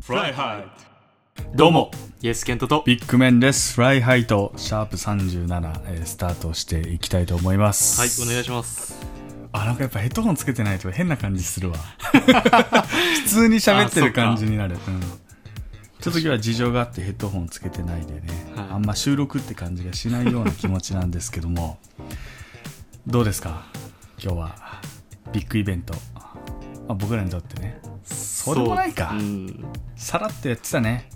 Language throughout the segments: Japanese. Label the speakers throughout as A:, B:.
A: フライハイどうも
B: イエスケントと
A: ビッグメンですフライハイとシャープ37、えースタートしていきたいと思います
B: はいお願いします
A: あなんかやっぱヘッドホンつけてないと変な感じするわ 普通に喋ってる感じになるうんちょっと今日は事情があってヘッドホンつけてないでね、
B: はい
A: あんま収録って感じがしないような気持ちなんですけどもどうですか今日はビッグイベント、まあ、僕らにとってね
B: そう
A: でもないか
B: うん
A: さらっとやってたね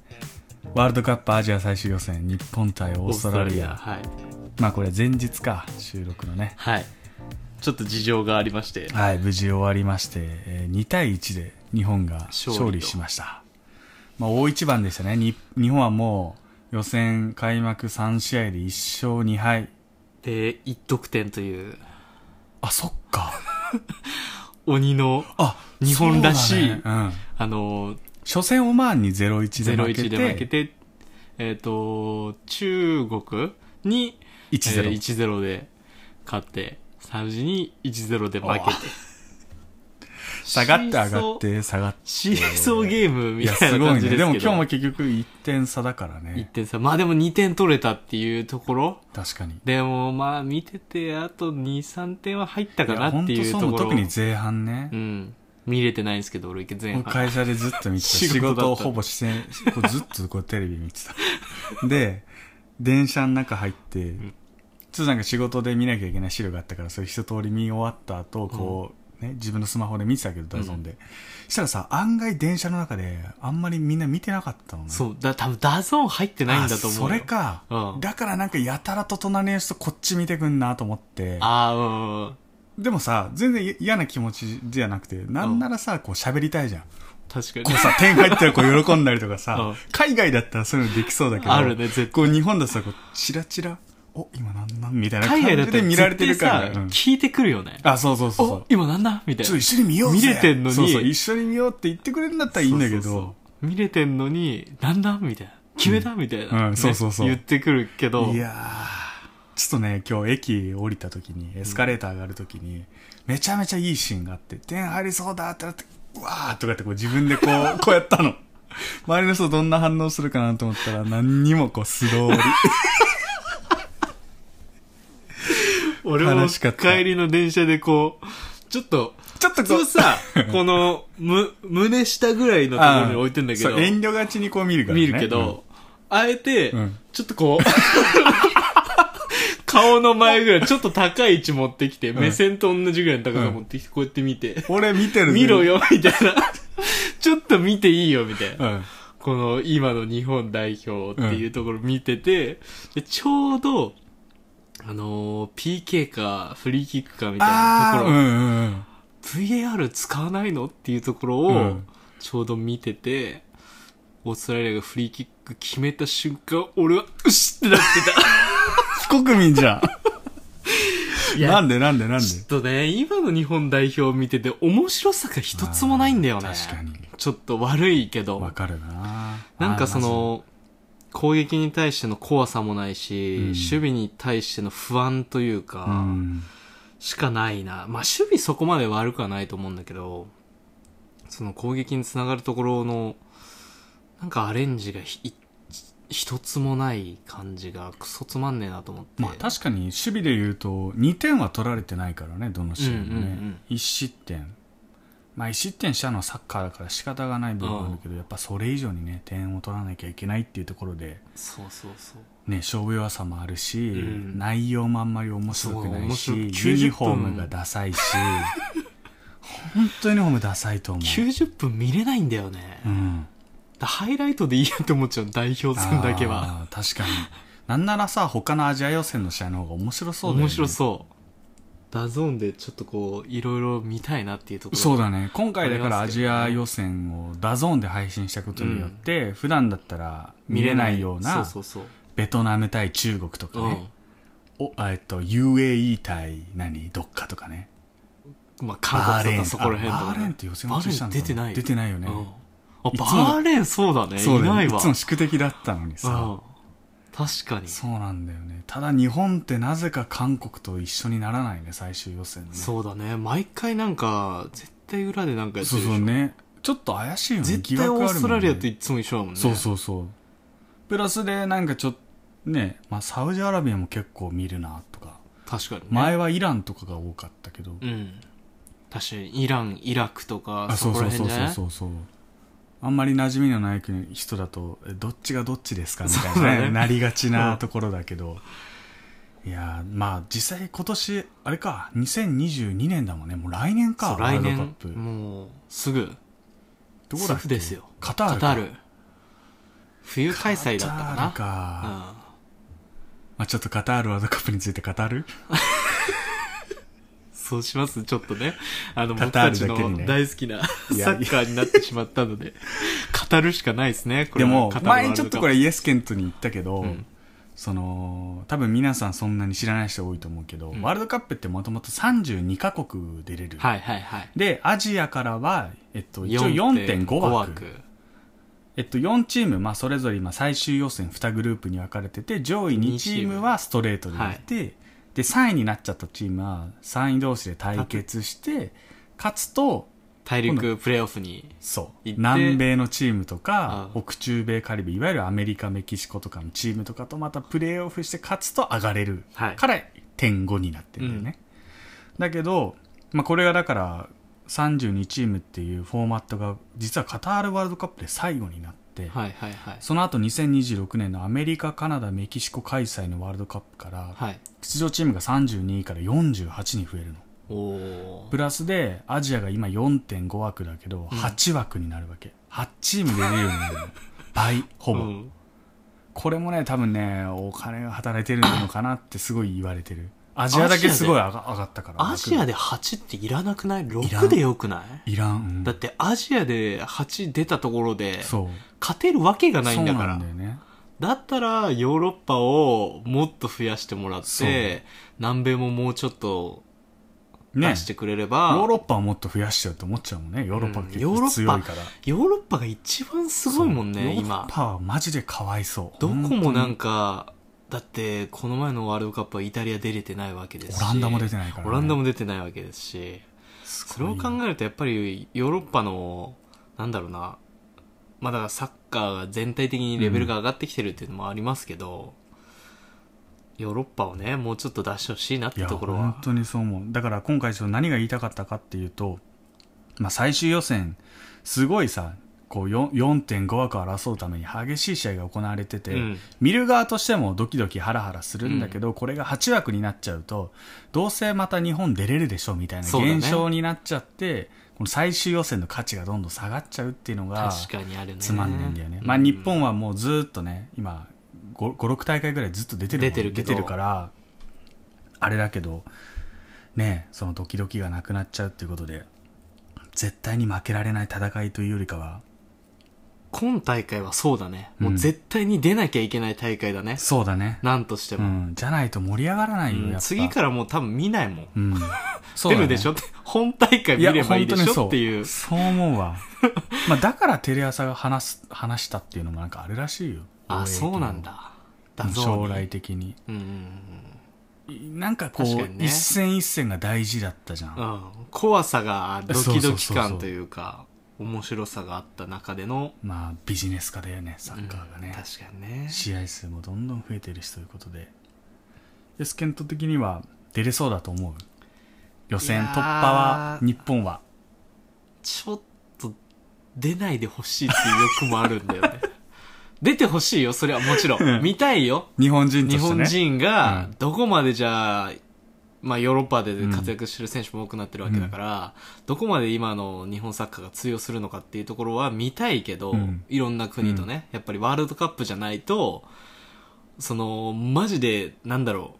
A: ワールドカップアジア最終予選日本対オーストラリア
B: オーストラリアはい
A: まあこれ前日か収録のね
B: はいちょっと事情がありまして
A: はい無事終わりまして、えー2対1で日本が勝
B: 勝
A: 利
B: 利
A: しましたまあ大一番でしたねに日本はもう予選開幕3試合で1勝2敗
B: で一得点という
A: あそっか
B: 鬼の
A: あ
B: 日本らし
A: そう
B: い
A: だねうん、
B: あの
A: 初戦オマーンに0-1で負けて
B: 01で負けてえっ、と中国に
A: 1-0
B: 0 1で勝ってサウジに1-0で負けて
A: 下がって上がって下がって
B: CSO ゲーム
A: い
B: み
A: や
B: たい
A: す
B: な
A: ご
B: 感
A: い
B: じ
A: ね
B: ですけど
A: でも今日も結局1点差だからね
B: 1点差まあでも2点取れたっていうところ
A: 確かに。
B: でもまあ見ててあと23点は入ったかなって
A: い
B: いう
A: や
B: と
A: 本当そう
B: ころ
A: 特に前半ね
B: う。ん見れてないんですけど俺前
A: もう
B: 半
A: 会社でずっと見てた。
B: 仕
A: 仕
B: 事だった
A: 事をほぼして、こうずっとこうテレビ見てた。で、電車の中入って、ちょっとなんか仕事で見なきゃいけない資料があったから、それ一通り見終わった後、こう、ね、自分のスマホで見てたけど、ダイソンで。したらさ、案外電車の中で、あんまりみんな見てなかったのね。
B: そうだ多分ダゾーン入ってないんだと思うよ
A: あそれか。
B: うん
A: だからなんかやたらと隣の人こっち見てくんなと思って。
B: あーうん
A: でもさ、全然嫌な気持ちじゃなくて、なんならさ、こう喋りたいじゃん。
B: 確かに
A: こうさ、点入ったらこう喜んだりとか
B: う
A: さ
B: ん、
A: 海外だったらそういうのできそうだけど、
B: あるね絶対
A: こう日本だとさ、こう、チラチラ、お、今なんなんみたいな
B: 海外だ
A: 感じ
B: った
A: で
B: ら
A: 見られてる
B: 絶
A: か
B: 対
A: らね。
B: さ
A: うん
B: 聞いてくるよね
A: あ、そうそうそうそ
B: お
A: う。
B: 今なんだみたい
A: ちょっと
B: な
A: 一緒に見ようぜ
B: 見れてんのに
A: そうそう、一緒に見ようって言ってくれるんだったらいいんだけど、
B: そうそうそう見れてんのになんだみたいな決めたみたいな
A: うん
B: ね
A: そうそうそう
B: 言ってくるけど
A: いやー、ちょっとね、今日駅降りた時に、エスカレーター上がる時に、めちゃめちゃいいシーンがあって、点入りそうだってなって、うわーとかってこう自分でこう、 こうやったの。周りの人どんな反応するかなと思ったら、何にもこう素通 り。
B: 俺も
A: 悲しかった
B: 帰りの電車でこう、ちょっと、
A: ちょっと
B: 普通さ、この、む、胸下ぐらいのところに置いてんだけど
A: そう、遠慮がちにこう見るからね。
B: 見るけど、あえて
A: ん、
B: ちょっとこう、 顔の前ぐらい、ちょっと高い位置持ってきて、目線と同じぐらいの高さ持ってきて、こうやって見て、
A: うん、俺見てるのに
B: 見ろ。よ、みたいな。 ちょっと見ていいよ、みたいうな。
A: ん。
B: この今の日本代表っていうところ見てて、でちょうど、あのー PK かフリーキックかみたいなと
A: あ
B: こ
A: ー、
B: ろ
A: う、んうんうん。
B: VAR 使わないのっていうところ
A: う
B: を
A: ん
B: ちょうど見てて、オーストラリアがフリーキック決めた瞬間、俺は、うっしってなって
A: 非国民じゃん。
B: た。い
A: な
B: や、
A: んでなんでなんで。
B: ちょっとね、今の日本代表を見てて面白さが一つもないんだよね。
A: 確かに。
B: ちょっと悪いけど
A: わ。かるな
B: なんかそ、の、攻撃に対しての怖さもないし、
A: うん
B: 守備に対しての不安というか、
A: あーうん。
B: しかないな。まあ、守備そこまで悪くはないと思うんだけど、その攻撃につながるところの、なんかアレンジがひい一つもない感じがクソつまんねえなと思って。
A: まあ確かに守備で言うと2点は取られてないからねどの試合もね、
B: うんうんうん
A: 1失点まあ1失点したのはサッカーだから仕方がない部分はあるけど、やっぱそれ以上にね点を取らなきゃいけないっていうところで
B: そうそうそう。
A: ね勝負弱さもあるし、
B: ん
A: 内容もあんまり面白くないし
B: そう面白い
A: ユニフォームがダサいし本当ユニフォームダサいと思う、
B: 90分見れないんだよね。
A: うん、
B: だハイライトでいいやって思っちゃう、代表戦だけ
A: あ
B: は。
A: ー確かになんならさ他のアジア予選の試合の方が面白そうだよね
B: 面白そう。ダゾーンでちょっとこう、いろいろ見たいなっていうところ。
A: そう
B: だ。
A: だね今回だから
B: あ
A: ア
B: りますけ
A: ジ
B: どね
A: ア予選をダゾーンで配信したことによって、普段だったら見れないような
B: そうそう
A: ベトナム対中国とか
B: そう。
A: ね、おあえっと UAE 対何どっかとかね
B: うん。まあ、
A: バ
B: 韓
A: ーレー
B: 国と
A: ン
B: かそこら辺と
A: あ
B: か、
A: バーレーンって予選落ちしたんだ
B: バーレーン出てない
A: 出てないよね、
B: うんあ
A: いつも
B: バーレーンそうだね
A: そう
B: い
A: だよ
B: な
A: ね
B: い
A: い
B: わ
A: つも宿敵だったのに
B: う
A: さ
B: ん確かにそ
A: そうなんだよねただ日本ってなぜか韓国と一緒にならないね最終予選ね
B: うだね毎回なんか絶対裏でなんかやっ
A: そ
B: て
A: う
B: るでしょ
A: そうねちょっと怪しいよね
B: 絶対オーストラリアといつも一緒だもんね
A: そうそうそうプラスでなんかちょっとね、まあ、サウジアラビアも結構見るなとか
B: 確かにね
A: 前はイランとかが多かったけど、
B: うん確かにイランイラクとか
A: あそ
B: そうこ
A: そ
B: ら
A: うそ
B: 辺
A: う
B: じゃ
A: そう
B: ない
A: そうそうあんまり馴染みのない国人だとえどっちがどっちですかみたい
B: そう
A: な
B: だ
A: ね、
B: ね
A: なりがちなところだけど、いやーまあ実際今年あれか2022年だもんねもう来年
B: そ
A: か
B: う来
A: ワール
B: 年
A: ドカップ
B: もうすぐ
A: どこだっけ
B: すぐですよ
A: カター
B: カ
A: ル
B: タ
A: か
B: ール冬開催だったかな
A: カタールか
B: うん
A: まあ、ちょっとカタールワールドカップについて語る
B: そうしますちょっとね。あの、
A: カ
B: 僕
A: ター
B: た
A: ル
B: ち
A: だけにね
B: の大好きない
A: や
B: サッカーになってしまったので、語るしかないですね、これ
A: で
B: は
A: も
B: カタール
A: 前にちょっとこれ
B: ワール
A: イエスケントに言ったけど、
B: うん
A: その多分皆さんそんなに知らない人多いと思うけど、
B: うん
A: ワールドカップってもともと32カ国出れる、
B: ドカップはいはいはい。
A: でアジアからは、えっと、一応4.5枠えっと、4チーム、まあ、それぞれ今最終予選2グループに分かれてて上位2チームはストレートで行って、で3位になっちゃったチームは3位同士で対決して勝つと
B: 大陸プレーオフに。
A: そう
B: 行って
A: 南米のチームとか
B: ああ
A: 北中米カリブいわゆるアメリカメキシコとかのチームとかとまたプレーオフして勝つと上がれる
B: はい
A: から点5になってるんだよね、だけど、まあ、これがだから32チームっていうフォーマットが実はカタールワールドカップで最後になって、
B: はいはいはい。
A: その後2026年のアメリカカナダメキシコ開催のワールドカップから
B: はい。
A: 出場チームが32から48に増えるの
B: おー
A: プラスでアジアが今4.5枠だけど
B: うん
A: 8枠になるわけ、8チーム出れるようになるの倍ほぼ、
B: うん
A: これもね多分ねお金が働いてるのかなってすごい言われてるアジアだけすごい上が上がったから
B: アジア
A: で
B: で8っていらなくな
A: ら
B: い
A: ん
B: ?6 でよくない
A: いらん、う
B: だっ
A: ん、
B: てアジアで8出たところで、
A: そう
B: 勝てるわけがないんだか
A: そうな
B: ら
A: んだ。よね
B: だったらヨーロッパをもっと増やしてもらっ
A: そう
B: て南米ももうちょっと
A: ね
B: 出してくれれ
A: ヨ
B: ば、
A: ーロッパをもっと増やしちゃうと思っちゃうもんねヨーロッパが結
B: うんヨーロ
A: 構
B: ッパ
A: 強いから、
B: ヨーロッパが一番すごいもんね
A: ヨーロッ
B: 今
A: パはマジでかわいそう
B: どこもなん
A: か
B: かだってこの前のワールドカップはイタリア出れてないわけですし
A: オランダも出てないからね、
B: オランダも出てないわけですしそ
A: そ
B: れを考
A: え
B: えるとやっぱりヨーロッパのなんだろうなまあだからサッカーが全体的にレベルが上がってきてるっていうのもありますけど、ヨーロッパをねもうちょっと出してほしいなっ
A: い
B: て
A: や
B: ところは
A: 本当にそう思うだから今回ちょっと何が言いたかったかっていうと、まあ、最終予選すごいさこう4 4.5枠を争うために激しい試合が行われてて、
B: うん
A: 見る側としてもドキドキハラハラするんだけど、これが8枠になっちゃうとどうせまた日本出れるでしょみたいな
B: そうだね
A: 現象になっちゃって、この最終予選の価値がどんどん下がっちゃうっていうのが
B: 確かにあるね
A: つまんねえんだよね、まあ
B: うん
A: 日本はもうずっとね今56大会ぐらいずっと出てるもん
B: 出てるけど
A: 出てるからあれだけどねえそのドキドキがなくなっちゃうっていうことで絶対に負けられない戦いというよりかは
B: 今大会はそうだね
A: うん
B: もう絶対に出なきゃいけない大会だね、
A: そうだね、
B: なんとして
A: う
B: も、
A: ん、じゃないと盛り上がらないよ、
B: うん
A: やっぱ
B: 次からもう多分見ないもん、
A: うん、そう
B: 出
A: だね
B: るでしょって本大会見ればいい
A: や本当
B: でし
A: にそ
B: ょっていう
A: そう思う わまあだからテレ朝が話す話したっていうのもなんかあるらしいよ
B: あそうなんだだ
A: うん将来的に
B: うんうん
A: なんかこう
B: 確かにね
A: 一戦一戦が大事だったじゃん
B: うん、うん、怖さがドキドキ
A: そうそうそうそう
B: 感というか面白さがあった中での
A: まあビジネス化だよねサッカーが
B: うん
A: ね、
B: 確かにね
A: 試合数もどんどん増えてるしということでエスケント的には出れそうだと思う予選突
B: いやー
A: 破は日本は
B: ちょっと出ないでほしいっていう欲もあるんだよね 出てほしいよそれはもちろん見たいよ
A: 日本人と
B: 日
A: してね
B: 本人が
A: うん
B: どこまでじゃあ、まあ、ヨーロッパで活躍してる選手も多くなってるわけだから、どこまで今の日本サッカーが通用するのかっていうところは見たいけど、
A: うん
B: いろんな国とね、やっぱりワールドカップじゃないとそのマジでなんだろ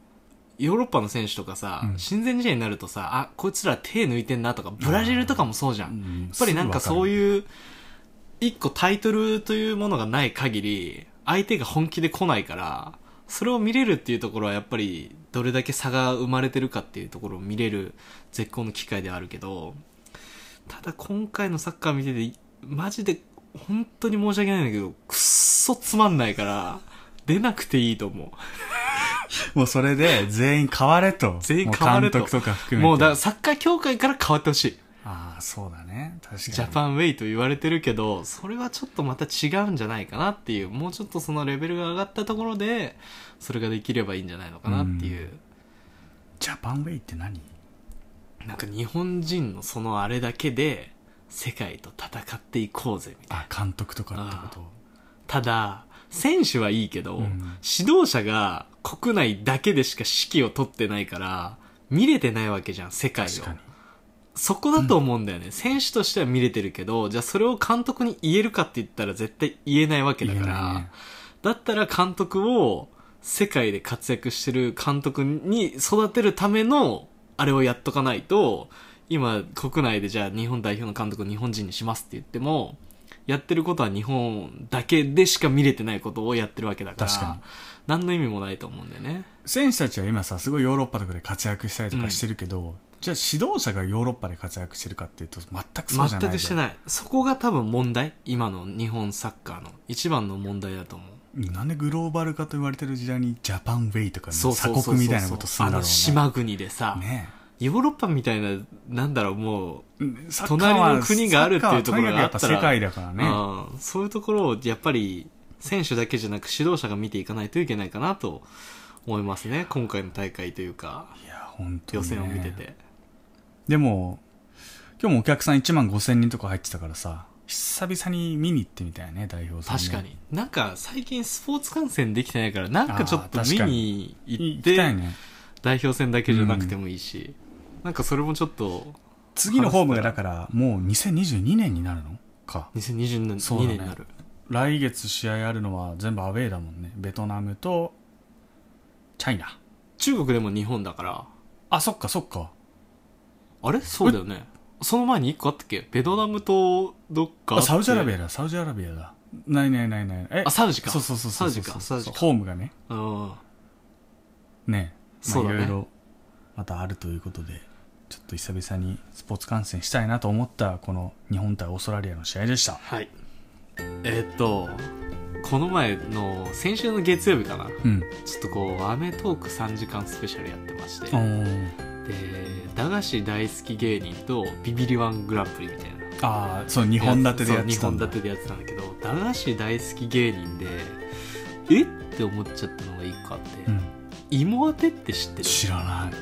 B: うヨーロッパの選手とかさ、
A: うん
B: 親善試合になるとさあこいつら手抜いてんなとかブラジルとかもそうじゃん、
A: うん
B: やっぱりなんかそういう一個タイトルというものがない限り相手が本気で来ないからそれを見れるっていうところはやっぱりどれだけ差が生まれてるかっていうところを見れる絶好の機会ではあるけどただ今回のサッカー見ててマジで本当に申し訳ないんだけどくっそつまんないから出なくていいと思
A: もうそれで全員変われと
B: 全員変われと
A: もう監督とか
B: う
A: 含めて
B: もうだからサッカー協会から変わってほしい
A: ああそうだね確かに
B: ジャパンウェイと言われてるけど、それはちょっとまた違うんじゃないかなっていう、もうちょっとそのレベルが上がったところで、それができればいいんじゃないのかなっていう。
A: ジャパンウェイって何
B: なんか日本人のそのあれだけで、世界と戦っていこうぜ、みたいな。
A: あ監督とかってこ
B: ただ、選手はいいけど、
A: うん
B: 指導者が国内だけでしか指揮を取ってないから、見れてないわけじゃん、世界
A: と
B: を。
A: 確かに
B: そこだと思うんだよね、選手としては見れてるけど、じゃあそれを監督に言えるかって言ったら絶対言えないわけだ
A: 言え
B: か
A: な
B: ら、
A: いね
B: だったら監督を世界で活躍してる監督に育てるためのあれをやっとかないと、今国内でじゃあ日本代表の監督を日本人にしますって言っても、やってることは日本だけでしか見れてないことをやってるわけだから、
A: 確かに
B: 何の意味もないと思うんだよね。
A: 選手たちは今さすごいヨーロッパとかで活躍したりとかしてるけど、じゃあ指導者がヨーロッパで活躍してるかっていうと全くそうじゃない
B: 全くしてない。そこが多分問題今の日本サッカーの一番の問題だと思う。
A: なんでグローバル化と言われてる時代にジャパンウェイとかね
B: そうそ
A: 鎖
B: うそうそう
A: 国みたいなことするんだろう
B: あ
A: ね
B: の島国でさ、
A: ね
B: ヨーロッパみたいな、なんだろう、もう、
A: えサッカーは
B: 隣の国があるっていうところがあったら
A: サッカーはとにかくやっぱ世界だからね
B: うんそういうところをやっぱり選手だけじゃなく指導者が見ていかないといけないかなと思いますね今回の大会というか
A: いや本当
B: 予
A: にね、
B: 選を見てて、
A: でも今日もお客さん1万5000人とか入ってたからさ久々に見に行ってみたいね代表さんね
B: 確かになんか最近スポーツ観戦できてないからなんかちょっと
A: あー確
B: 見
A: か
B: に行っ
A: 行きたい
B: て
A: ね
B: 代表戦だけじゃなくてもいいし、なんかそれもちょっと
A: 次のホームがだからもう2022年になるのか
B: 2022
A: そうだ
B: 年
A: ね
B: になる、
A: 来月試合あるのは全部アウェーだもんねベトナムとチャイナ
B: 中国でも日本だから
A: あそっかそっか
B: あれそうだよねその前に1個あったっけベトナムとどっかあ
A: あ
B: って
A: サウジアラビアだサウジアラビアだないないないないえ
B: あサウジか
A: そうそうそうそう
B: サウジかサウジか
A: ホームがね
B: うん
A: ねま
B: そうだ
A: あ、
B: ね
A: いろいろまたあるということでちょっと久々にスポーツ観戦したいなと思ったこの日本対オーストラリアの試合でした
B: はい。えーっと、この前の、先週の月曜日かな。
A: うん
B: ちょっとこう、アメトーク3時間スペシャルやってまして。
A: お
B: で、
A: ー
B: 駄菓子大好き芸人とビビリワングランプリみたいな。
A: ああそう2本立てでやって
B: そ
A: た
B: う二
A: ん
B: 本
A: だ
B: 立てでやってたんだけど、駄菓子大好き芸人で、えって思っちゃったのが一個あって、
A: うん
B: 芋当てって知ってる
A: 知らない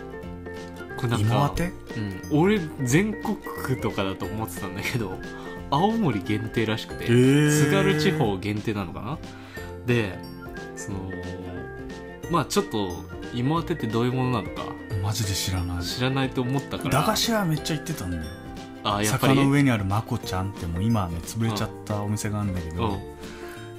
B: これなんか
A: 芋当て
B: うん。俺、全国区とかだと思ってたんだけど、青森限定らしくて。津
A: 津
B: 軽地方限定なのかなでそのまあちょっと芋当てってどういうものなのか
A: マジで知らない
B: 知らないと思ったから
A: 駄菓子屋めっちゃ行ってたんだよ
B: あやっぱ
A: 坂
B: り
A: の上にあるまこちゃんってもう今はね潰れちゃったお店があるんだけど、
B: うん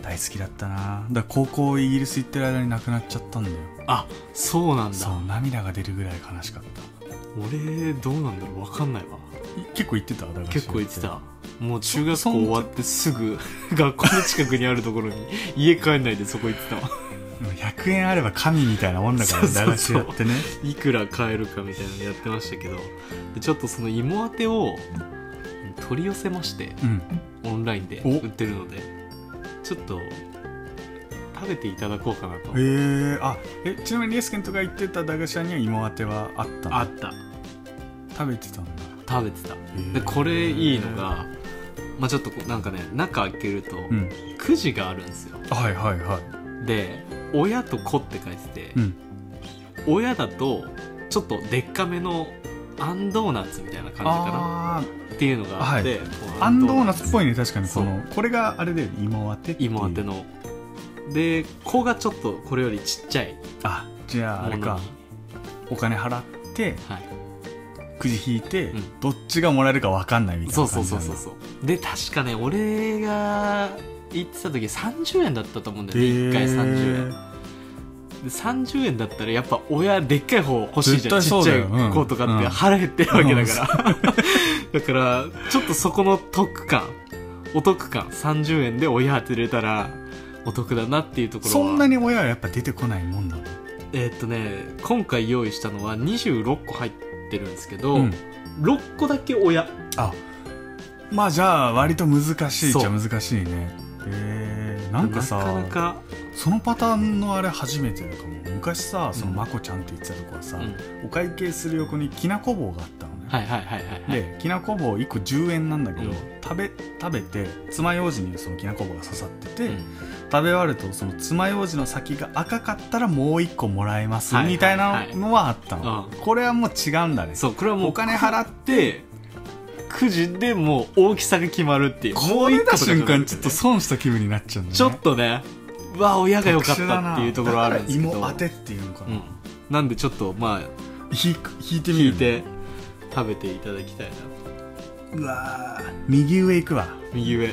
A: 大好きだったなだから高校イギリス行ってる間に亡くなっちゃったんだよ
B: あそうなん
A: そ
B: だ
A: う涙が出るぐらい悲しかった
B: 俺どうなんだろう分かんないわ
A: い結構行ってた駄菓子屋
B: 結構行ってたもう中学
A: そ
B: 校
A: そん
B: 終わってすぐ 学校の近くにあるところに家帰んないでそこ行って たわ
A: もう100円あれば神みたいなもんだから
B: そうそうそう
A: 駄菓子屋ってね
B: いくら買えるかみたいなのやってましたけどでちょっとその芋当てを取り寄せまして
A: うん
B: オンラインで
A: お
B: 売ってるのでちょっと食べていただこうかなと
A: えー、あえちなみにレスケンとか行ってた駄菓子屋には芋当てはあった
B: あ
A: の
B: った
A: 食べてたんだ
B: 食べてた
A: へー
B: でこれいいのが、まあ、ちょっとこうなんかね中開けると
A: うん
B: くじがあるんですよ
A: はいはいはい
B: で「親」と「子」って書いてて、
A: うん
B: 親だとちょっとでっかめのあんドーナツみたいな感じかな
A: あ
B: っていうのがあって、こう
A: あアンドーナツっぽいね確かに
B: そ
A: こ
B: う
A: のこれがあれだよね芋当てっていう
B: 芋当てので子がちょっとこれよりちっちゃい
A: あじゃああ
B: もの
A: れ
B: に
A: かお金払って
B: はい
A: くじ引いて、
B: うん
A: どっちがもらえるか分かんないみたい
B: そう
A: な
B: そ
A: 感
B: う
A: じ
B: そ
A: なだ
B: うんそうそうで確かね俺が行ってた時30円だったと思うんだよね、
A: へー
B: 1回30円で30円だったらやっぱ親でっかい方欲しいじゃん
A: 絶対
B: ち
A: そ
B: っ
A: う
B: ちゃ
A: だ
B: い
A: ようん
B: 子とかって
A: うん
B: 腹減ってるわけだから、 だからちょっとそこの得感お得感30円で親当てれたらお得だなっていうところは
A: そんなに親はやっぱ出てこないもんなの
B: えーっとね今回用意したのは26個入ってるんですけど、
A: うん
B: 6個だけ親
A: あまあじゃあ割と難しいっち
B: そ
A: ゃ
B: う
A: 難しいねえー、なんかさ
B: なかなか、
A: そのパターンのあれ初めてだかも昔さそのまこちゃんって言ってたとこはさ、
B: うん
A: お会計する横にきなこ棒があったのね
B: はいはいはいはいはい
A: できなこ棒1個10円なんだけど、
B: うん
A: 食べ食べて爪楊枝にそのきなこ棒が刺さってて、
B: うん
A: 食べ終わるとその爪楊枝の先が赤かったらもう1個もらえます
B: はいはいはい
A: みたいなのはあったの、
B: うん
A: これはもう違うんだね
B: そうこれはもう
A: お金払っ
B: でくじでもう大きさが決まるっていうも
A: こ
B: う
A: れ
B: 一個
A: た
B: とかじゃ
A: 瞬
B: なくて
A: 間
B: ね
A: ちょっと損した気分になっちゃうんだね
B: ちょっとねうわ親が良かっ
A: 特殊だな
B: たっていうところあるんですけど
A: だから芋当てっていうのか
B: う
A: な、
B: ん、なんでちょっとまあ
A: ひ引いてみる
B: 引いて食べていただきたいな
A: うわー右上行くわ
B: 右上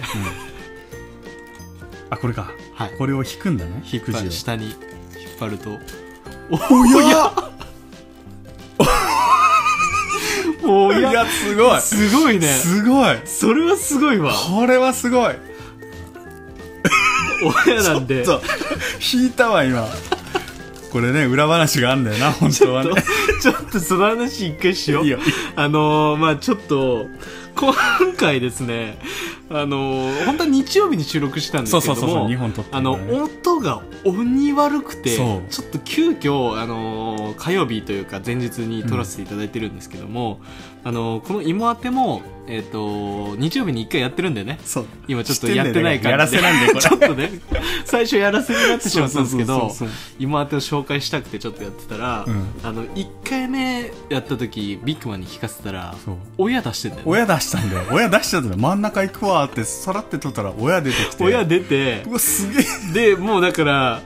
A: あこれか
B: はい
A: これを引くんだね
B: 引っ
A: くじ
B: 張
A: を
B: る下に引っ張ると
A: おや
B: お
A: いやすごい
B: すごいね
A: すごい
B: それはすごいわ
A: これはすごい
B: 親なんで
A: ちょっと引いたわ今これね裏話があんだよな本当はね
B: ちょっとその話一回しよう
A: いいよ
B: あのーまあちょっと今回ですねあのー本当は日曜日に収録したんです
A: そう
B: け
A: そ
B: ど
A: う
B: も
A: そうそう2本撮って
B: あ
A: るか
B: の
A: らね
B: 音が鬼悪くてちょ
A: そ
B: っ
A: う
B: と急遽あのー火曜日というか前日に撮らせていただいてるんですけども、あのーこの芋当ても、えっと日曜日に1回やってるんでね
A: そう
B: 今ちょっとやってない
A: や
B: 感
A: らせ
B: じで
A: なんでこれ
B: ちょっとね最初やらせになってしまったんですけど
A: そうそうそうそう
B: 今当てを紹介したくてちょっとやってたら、
A: うん
B: あの1回目やった時ビッグマンに聞かせたら
A: そう
B: 親出してんだよね、
A: 親出したんだよ親出しちゃったの真ん中行くわってさらって取ったら親出てきて
B: 親出て
A: うわすげえ
B: でもうだから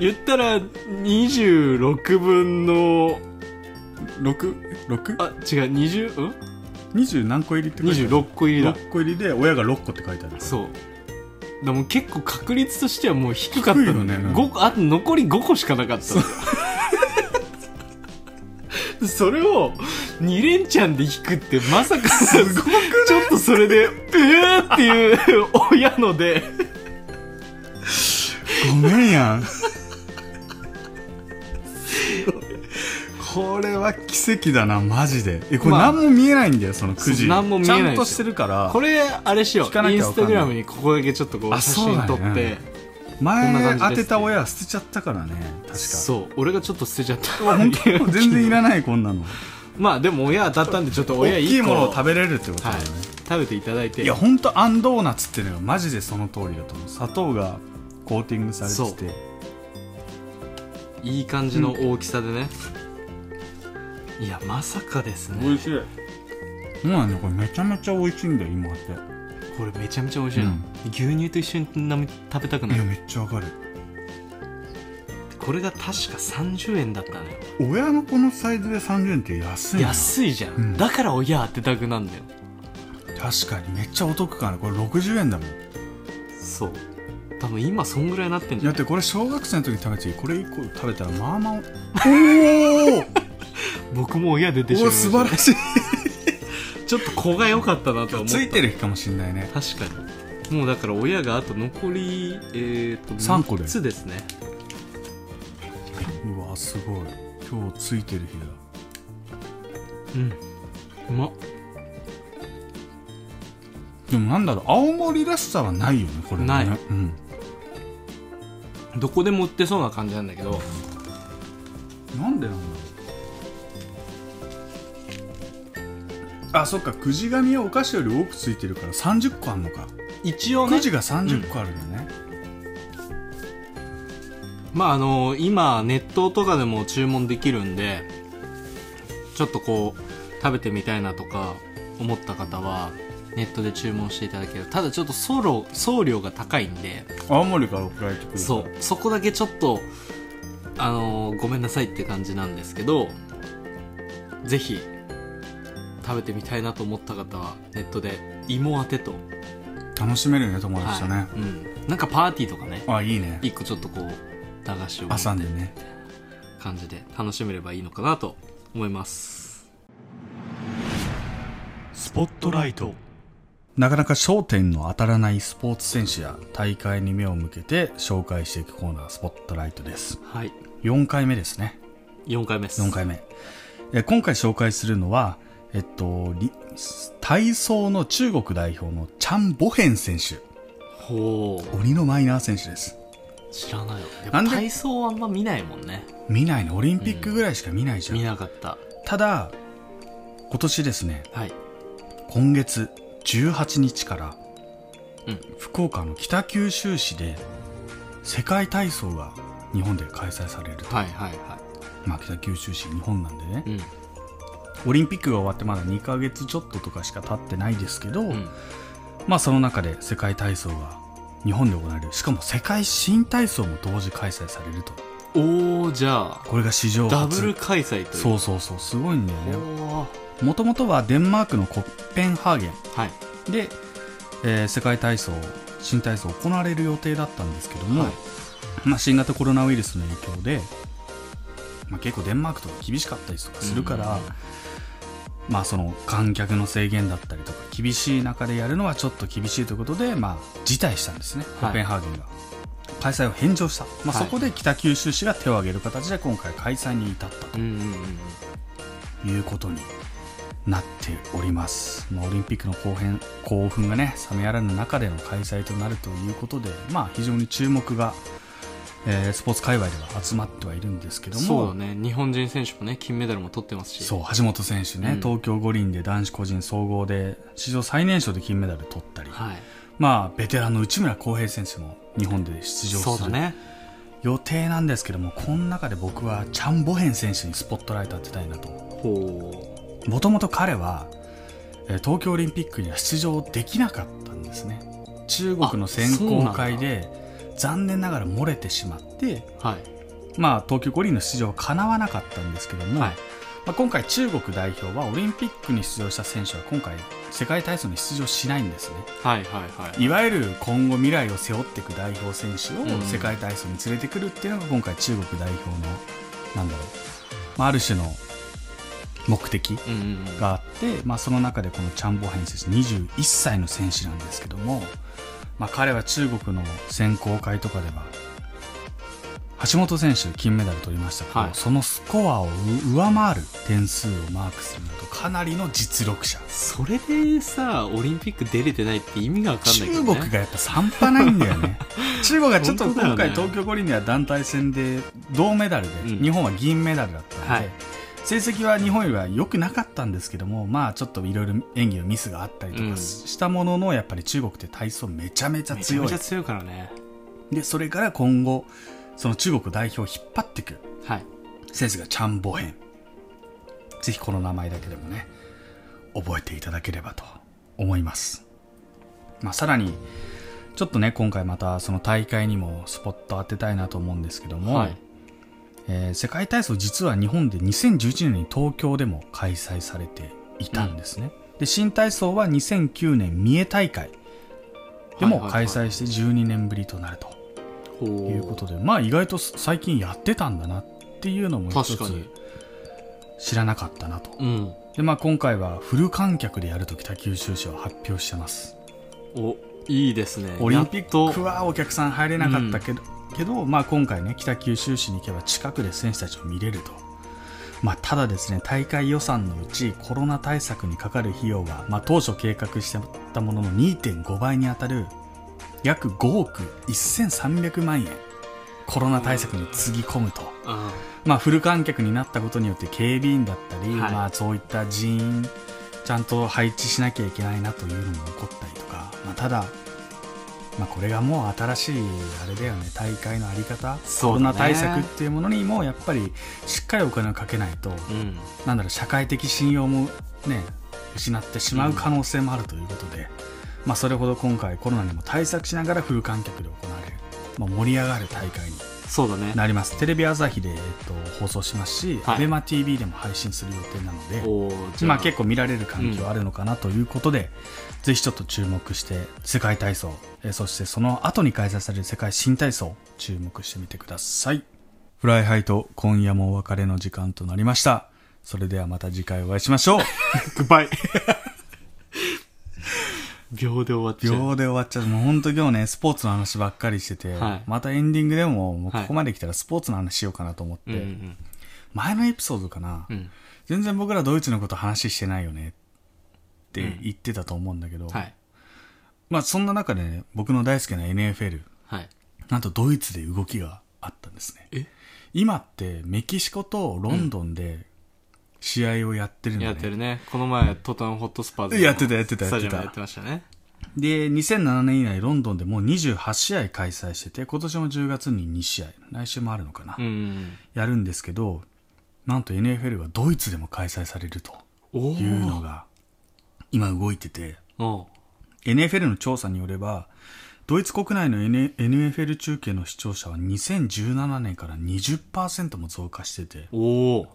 B: 言ったら26分の
A: 6620
B: あ違う20うん
A: 何個入りって書いてある
B: 26個入りだ
A: 6個入りで親が6個って書いてある
B: そうでも結構確率としてはもう低かった
A: 低いよ
B: ね
A: ねうん
B: 5あと残り5個しかなかったの それを2連チャンで引くってまさかす
A: ごく
B: ちょっとそれで「えー!」っていう親ので
A: ごめんやんこれは奇跡だなマジでえこれ
B: まあ
A: 何も見えないんだよそのく
B: そう
A: じ
B: 何も見えないですよ
A: ちゃんとしてるから
B: これあれしよ
A: 聞か
B: う
A: な
B: イ
A: き
B: ン
A: ゃ
B: ス
A: わか
B: タ
A: んない
B: グラムにここだけちょっとこう
A: あ
B: 写
A: そうだ
B: 真撮
A: よね
B: ってこんな感
A: 前
B: じです
A: 当てた親捨てちゃったからね確か
B: そう俺がちょっと捨てちゃった
A: 本当全然いらないこんなの
B: まあでも親当たったんでちょっと親
A: 大きい
B: 一個
A: ものを食べれるってことだ
B: は
A: よ
B: い
A: ね、、
B: 食べていただいて
A: いや本当あんドーナツってのはマジでその通りだと思う砂糖がコーティングされてて
B: いい感じの大きさでね、いやまさかですね
A: しいそうなんだよこれめちゃめちゃ美味しいんだよ今ってい
B: これめちゃめちゃ美味しい
A: う
B: の、
A: ん
B: 牛乳と一緒に飲み食べたくな
A: や
B: る
A: めっちゃわかる
B: これが確か30円だったのよ
A: 親のこのサイズで30円って安いな
B: 安いじゃん、
A: うん
B: だから親当てたくなんだよ
A: 確かにめっちゃお得かなこれ60円だもん
B: そう多分今そんぐらいなってんじ
A: だ
B: ゃ
A: っ
B: ん
A: てこれ小学生の時に食べてこれ1個食べたらまあまあお
B: 僕も親出てしま
A: お
B: い
A: お
B: まし
A: 素晴
B: た
A: らしい
B: ちょっと子が良かったなとは思った
A: ついてる日かもしんないね
B: 確かにもうだから親があと残りえっ、と
A: 三個で
B: 3つですね
A: うわすごい今日ついてる日だ
B: うんうまっ
A: でもなんだろう青森らしさはないよねこれね
B: ない
A: うん、
B: どこでも売ってそうな感じなんだけど
A: なんでなんだろうあそっかくじ紙はお菓子より多くついてるから30個あんのか
B: 一応ね
A: くじが30個あるよね、
B: まああの今ネットとかでも注文できるんでちょっとこう食べてみたいなとか思った方はネットで注文していただけるただちょっと送料送料が高いんで
A: 青森から送られてくる
B: そうそこだけちょっとあのごめんなさいって感じなんですけどぜひ食べてみたいなと思った方はネットで芋当てと、
A: 楽しめるね友達とね、
B: はいうん、なんかパーティーとかね
A: あいいね
B: 一個ちょっとこう駄菓子を
A: 挟んでね
B: 感じで楽しめればいいのかなと思います
A: スポットライトなかなか焦点の当たらないスポーツ選手や大会に目を向けて紹介していくコーナースポットライトです
B: はい
A: 4回目ですね
B: 4回目です
A: 4回目えー今回紹介するのはえっとり体操の中国代表のチャン・ボヘン選手
B: ほう
A: 鬼のマイナー選手です
B: 知らないよやっ
A: な
B: ぱ
A: んで
B: 体操はあんま見ないもんね
A: 見ないのオリンピックぐらいしか見ないじゃん、
B: 見なかった
A: ただ今年ですね
B: はい。
A: 今月18日から、
B: うん
A: 福岡の北九州市で世界体操が日本で開催されると、
B: はいはいは
A: まあ、北九州市日本なんでね
B: い。うん。
A: オリンピックが終わってまだ2ヶ月ちょっととかしか経ってないですけど、
B: うん。
A: まあその中で世界体操が日本で行われるしかも世界新体操も同時開催されると
B: おー、じゃあ、
A: これが史上
B: ダ
A: 初
B: ブル開催という。
A: そうそうそうすごいんだよ
B: お
A: ね
B: ー
A: もともとはデンマークのコッペンハーゲン
B: はい。
A: で、えー世界体操新体操行われる予定だったんですけども、
B: はい
A: まあ、新型コロナウイルスの影響で、まあ、結構デンマークとか厳しかったりとかするから、まあ、その観客の制限だったりとか厳しい中でやるのはちょっと厳しいということで、まあ、辞退したんですねコ
B: はい
A: ペンハーゲンが、開催を返上した、まあ、
B: は
A: そ
B: い
A: こで北九州市が手を挙げる形で今回開催に至ったと
B: うんうんうんうん。
A: いうことになっております、まあ、オリンピックの後編興奮がね冷めやらぬ中での開催となるということで、まあ、非常に注目が、えースポーツ界隈では集まってはいるんですけども
B: そうだね。日本人選手もね、金メダルも取ってますし。
A: そう橋本選手ね、
B: うん
A: 東京五輪で男子個人総合で史上最年少で金メダル取ったり、
B: はい。
A: まあ、ベテランの内村航平選手も日本で出場
B: そう
A: す
B: だ
A: る、
B: ね。
A: 予定なんですけどもこの中で僕はチャン・ボヘン選手にスポットライト当てたいなと
B: ほう。
A: もともと彼はえー東京オリンピックには出場できなかったんですね中国の選考会で残念ながら漏れてしまって、
B: はい。
A: まあ、東京五輪の出場はかなわなかったんですけども、
B: はい。
A: まあ、今回中国代表はオリンピックに出場した選手は今回世界体操に出場しないんですね
B: はいはいはい。
A: いわゆる今後未来を背負っていく代表選手
B: うん
A: を世界体操に連れてくるっていうのが今回中国代表のなんだろう、まあ、ある種の目的
B: うんうんうん。
A: があって、まあ、その中でこのチャン・ボヘン選手21歳の選手なんですけども、まあ、彼は中国の選考会とかでは橋本選手金メダル取りましたけど、
B: はい
A: そのスコアを上回る点数をマークするなどかなりの実力者
B: それでさ、オリンピック出れてないって意味がわかんないけど
A: 中
B: ね。
A: 国がやっぱ半端ないんだよ ね中国がちょっと
B: 本当だよ
A: 今
B: ね
A: 回東京五輪では団体戦で銅メダルで、
B: うん
A: 日本は銀メダルだったので、
B: はい
A: 成績は日本よりは良くなかったんですけどもまあちょっといろいろ演技のミスがあったりと
B: うん
A: かしたものの、やっぱり中国って体操めちゃめちゃ
B: めちゃ
A: 強
B: め
A: い
B: ちゃ強いからね。
A: でそれから今後その中国代表を引っ張っていく
B: はい。
A: 選手がチャン・ボヘンぜひこの名前だけでもね覚えていただければと思います、まあ、さらにちょっとね今回またその大会にもスポット当てたいなと思うんですけども、
B: はい。
A: えー世界体操実は日本で2011年に東京でも開催されていたんですね、で新体操は2009年三重大会でも
B: はいはいは
A: 開
B: い
A: 催して12年ぶりとなると
B: ほう。
A: いうことで、まあ意外と最近やってたんだなっていうのも一
B: 確か
A: つ
B: に。
A: 知らなかったなと
B: うん。
A: でまあ今回はフル観客でやると北九州市は発表してます
B: お、いいですね。
A: オリンピ
B: や
A: ッ
B: っ
A: ク
B: と
A: はお客さん入れなかったけど,、けどまあ、今回ね北九州市に行けば近くで選手たちを見れると、まあ、ただですね大会予算のうちコロナ対策にかかる費用が、まあ、当初計画してたものの2.5倍に当たる約5億1300万円コロナ対策につぎ込むと。
B: うん。
A: まあ、フル観客になったことによって警備員だったり、
B: はい
A: まあ、そういった人員ちゃんと配置しなきゃいけないなというのも起こったりとか、まあ、ただ、まあ、これがもう新しいあれだよね大会のあり方、コ
B: そう
A: ロ
B: だね
A: ナ対策っていうものにもやっぱりしっかりお金をかけないと、
B: うん。
A: なんだろう社会的信用もね失ってしまう可能性もあるということで、まあ、それほど今回コロナにも対策しながらフル観客で行われる、まあ、盛り上がる大会に
B: そうだね。
A: なりますテレビ朝日で、えっと、放送しますし、
B: はい
A: ABEMATV でも配信する予定なので
B: おーじゃ
A: ま
B: あ
A: あ結構見られる環境あるのかなということで、ぜひちょっと注目して世界体操えーそしてその後に開催される世界新体操注目してみてくださいフライハイと今夜もお別れの時間となりましたそれではまた次回お会いしましょう
B: グッバイ。 秒で終わっちゃう。
A: 秒で終わっちゃうもう本当今日ねスポーツの話ばっかりしてて、
B: はい
A: またエンディングでももうこ
B: はい
A: こまで来たらスポーツの話しようかなと思って、
B: うんうん
A: 前のエピソードかな、
B: うん。
A: 全然僕らドイツのこと話してないよねって言ってたと思うんだけど、
B: うん。はい。
A: まあそんな中でね、僕の大好きな NFL、
B: はい。
A: なんとドイツで動きがあったんですね。
B: え
A: 今ってメキシコとロンドンで試合をやってるんだ、ね、
B: やってるね。この前、トトンホットスパーズの
A: やってたやってたやってた
B: スタジアムでやってましたね。
A: で、2007年以来、ロンドンでもう28試合開催してて、今年も10月に2試合、来週もあるのかな、
B: うん。
A: やるんですけど、なんと NFL がドイツでも開催されると
B: おお。
A: いうのが、今動いてて、
B: おう
A: NFL の調査によれば、ドイツ国内の N NFL 中継の視聴者は2017年から20%も増加してて、
B: おお。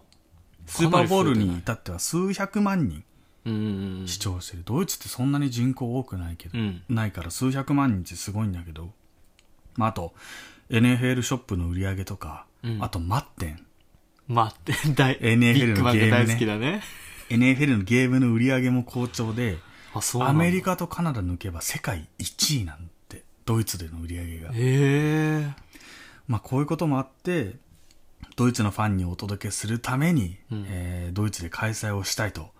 A: スーパーボールに至っては数百万人
B: うんうん
A: 視聴してる。ドイツってそんなに人口多くないけ
B: う
A: ど
B: ん。う、ん。
A: ないから数百万人ってすごいんだけど、まあ、あと NFL ショップの売り上げとか、
B: うん
A: あとマッテン
B: 待って、 大、ビ
A: NFL
B: ッグ
A: の
B: マ
A: ゲームね
B: ンが大好きだね。
A: NFL のゲームの売り上げも好調で
B: あ、そう
A: アメリ
B: カ。
A: カとカナダ抜けば世界1位なんてドイツでの売り上げが、
B: へえ。
A: まあ、こういうこともあってドイツのファンにお届けするために、
B: うん
A: えードイツで開催をしたいと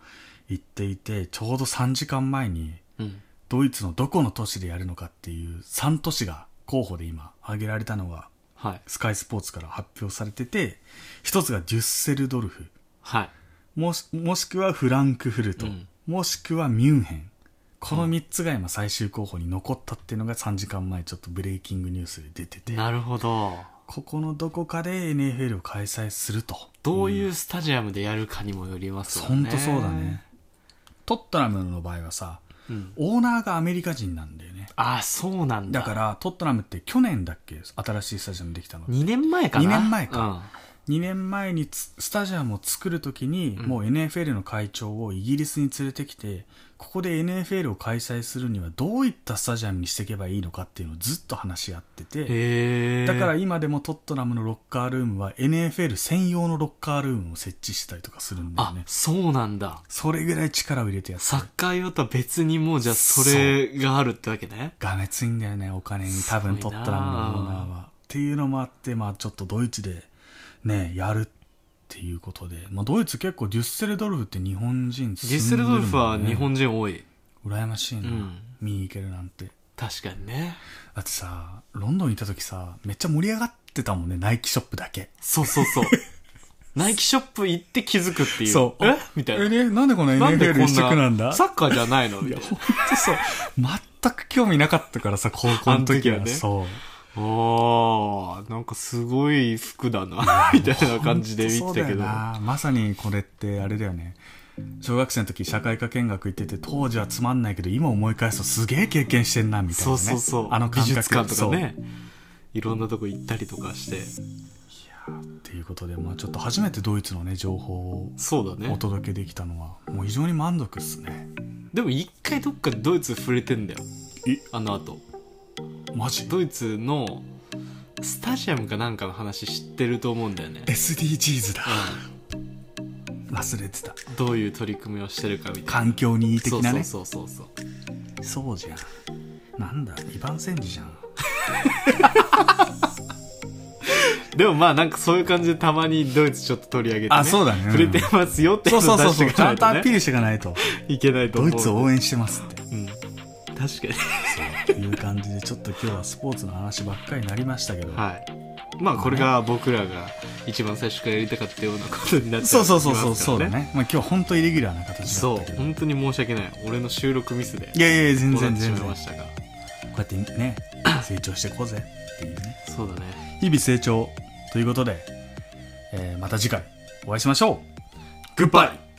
A: 言っていてちょうど3時間前に
B: うん。
A: ドイツのどこの都市でやるのかっていう3都市が候補で今挙げられたのが
B: はい。
A: スカイスポーツから発表されてて、一つがデュッセルドルフ、
B: はい。
A: もしもしくはフランクフルト、
B: うん
A: もしくはミュンヘン。この3つが今最終候補に残ったっていうのが3時間前ちょっとブレイキングニュースで出てて、
B: なるほど。
A: ここのどこかで NFL を開催すると。
B: どう
A: うん
B: いうスタジアムでやるかにもよりますよ
A: ほん
B: ね。
A: とそうだね。。トットナムの場合はさ、
B: うん。
A: オーナーがアメリカ人なんだよね。
B: あ、そうなんだ。
A: だからトットナムって去年だっけ新しいスタジアムできたの。
B: 2年前かな。
A: 二年前か
B: うん。
A: 2年前につスタジアムを作るときに、もう NFL の会長をイギリスに連れてきてここで NFL を開催するにはどういったスタジアムにしていけばいいのかっていうのをずっと話し合ってて
B: へえ。
A: だから、今でもトットナムのロッカールームは NFL 専用のロッカールームを設置したりとかするんだよ
B: あ
A: ね、
B: そうなんだ。
A: それぐらい力を入れてやって
B: サ
A: る
B: ッカー用とは別にもうじゃあそれがあるってわけね。
A: がめついんだよねお金に多分
B: す
A: ト
B: ごいな
A: ットナムのオーナーはっていうのもあってまあちょっとドイツでねやるっていうことで、まあ、ドイツ結構デュッセルドルフって日本人
B: デ
A: 住んで
B: ィ
A: る
B: ッセルドルフ
A: も
B: は
A: んね
B: 日本人多い。
A: 羨ましいな、
B: うん
A: 見に行けるなんて
B: 確かにね。
A: だってさロンドンにいた時さめっちゃ盛り上がってたもんねナイキショップだけ
B: そうそう そう。ナイキショップ行って気づくっていう。
A: そう
B: えみたい
A: え
B: な。
A: ねなんでこの NFL 一色なん だ
B: サッカーじゃないのみたいな。
A: そう全く興味なかったからさ高校の時は
B: あの時はね
A: そう
B: おー、なんかすごい服 だな、みたいな感じで見て
A: 本
B: た
A: 当そうだよ
B: けど。
A: なまさにこれってあれだよね小学生の時社会科見学行ってて当時はつまんないけど今思い返すとすげえ経験してんなみたいな、ね、
B: そうそうそう。
A: あの感覚
B: 美術館とかね。いろんなとこ行ったりとかして。
A: そうっていうことで、まあ、ちょっと初めてドイツのね情報を
B: そうだ
A: お
B: ね。
A: 届けできたのはもう非常に満足っすね
B: でも一回どっかドイツ触れてんだよ
A: え。
B: あの後。
A: マジ
B: ドイツのスタジアムかなんかの話知ってると思うんだよね。
A: SDGs だ忘れてた
B: うんどういう取り組みをしてるかみたいな。
A: 環境にいい的なね
B: そうそうそうそうそう。
A: そうじゃんなんだ二番煎じじゃん
B: でもまあなんかそういう感じでたまにドイツちょっと取り上げて、ね、
A: あそうだねうん
B: 触れてますよってい
A: そううそ
B: のを
A: う
B: 出
A: そう
B: し
A: そ
B: て
A: う
B: い
A: ちゃ
B: か
A: んと
B: な
A: ア
B: いと、
A: ピー
B: ね、
A: ルしていかないと
B: いけないと
A: ド
B: 思う
A: イツを応援してますって
B: うん、確かに
A: という感じでちょっと今日はスポーツの話ばっかりになりましたけど、
B: はいまあこれが僕らが一番最初からやりたかったようなことになって
A: そうそうそうそう
B: ますか
A: そ
B: ら
A: うだね、まあ、今日は本当イレギュラーな形だ
B: そ
A: ったけ
B: う
A: ど
B: 本当に申し訳ない俺の収録ミスで
A: いやいやいや全
B: こう
A: 然
B: なってし
A: 全
B: まい
A: 然こ
B: ましたが
A: うやってね成長していこうぜっていうね
B: そうだね
A: 日々成長ということで、えーまた次回お会いしましょう
B: グッバイ